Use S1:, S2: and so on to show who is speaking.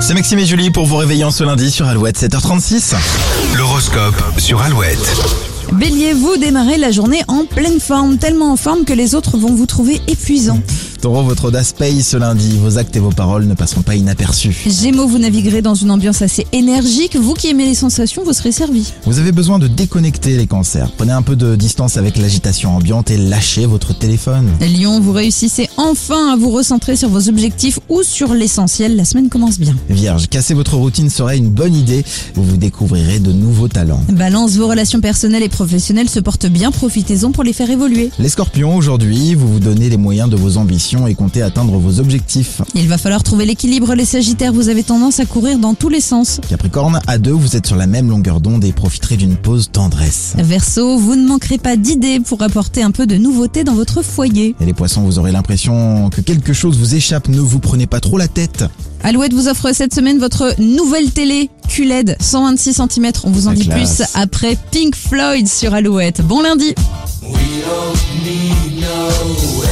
S1: C'est Maxime et Julie pour vous réveiller en ce lundi sur Alouette 7h36.
S2: L'horoscope sur Alouette.
S3: Bélier, vous démarrez la journée en pleine forme, tellement en forme que les autres vont vous trouver épuisant.
S1: Taureau, votre audace paye ce lundi. Vos actes et vos paroles ne passeront pas inaperçus.
S3: Gémeaux, vous naviguerez dans une ambiance assez énergique. Vous qui aimez les sensations, vous serez servi.
S1: Vous avez besoin de déconnecter les cancers. Prenez un peu de distance avec l'agitation ambiante et lâchez votre téléphone.
S3: Lyon, vous réussissez enfin à vous recentrer sur vos objectifs ou sur l'essentiel. La semaine commence bien.
S1: Vierge, casser votre routine serait une bonne idée. Vous vous découvrirez de nouveaux talents.
S3: Balance, vos relations personnelles et professionnelles se portent bien. Profitez-en pour les faire évoluer.
S1: Les scorpions, aujourd'hui, vous vous donnez les moyens de vos ambitions et comptez atteindre vos objectifs.
S3: Il va falloir trouver l'équilibre. Les sagittaires, vous avez tendance à courir dans tous les sens.
S1: Capricorne, à deux, vous êtes sur la même longueur d'onde et profiterez d'une pause tendresse.
S3: Verseau, vous ne manquerez pas d'idées pour apporter un peu de nouveauté dans votre foyer.
S1: Et les poissons, vous aurez l'impression que quelque chose vous échappe. Ne vous prenez pas trop la tête.
S3: Alouette vous offre cette semaine votre nouvelle télé E QLED 126 cm. On vous en
S1: La
S3: dit
S1: classe.
S3: plus après Pink Floyd sur Alouette. Bon lundi.
S4: We don't need no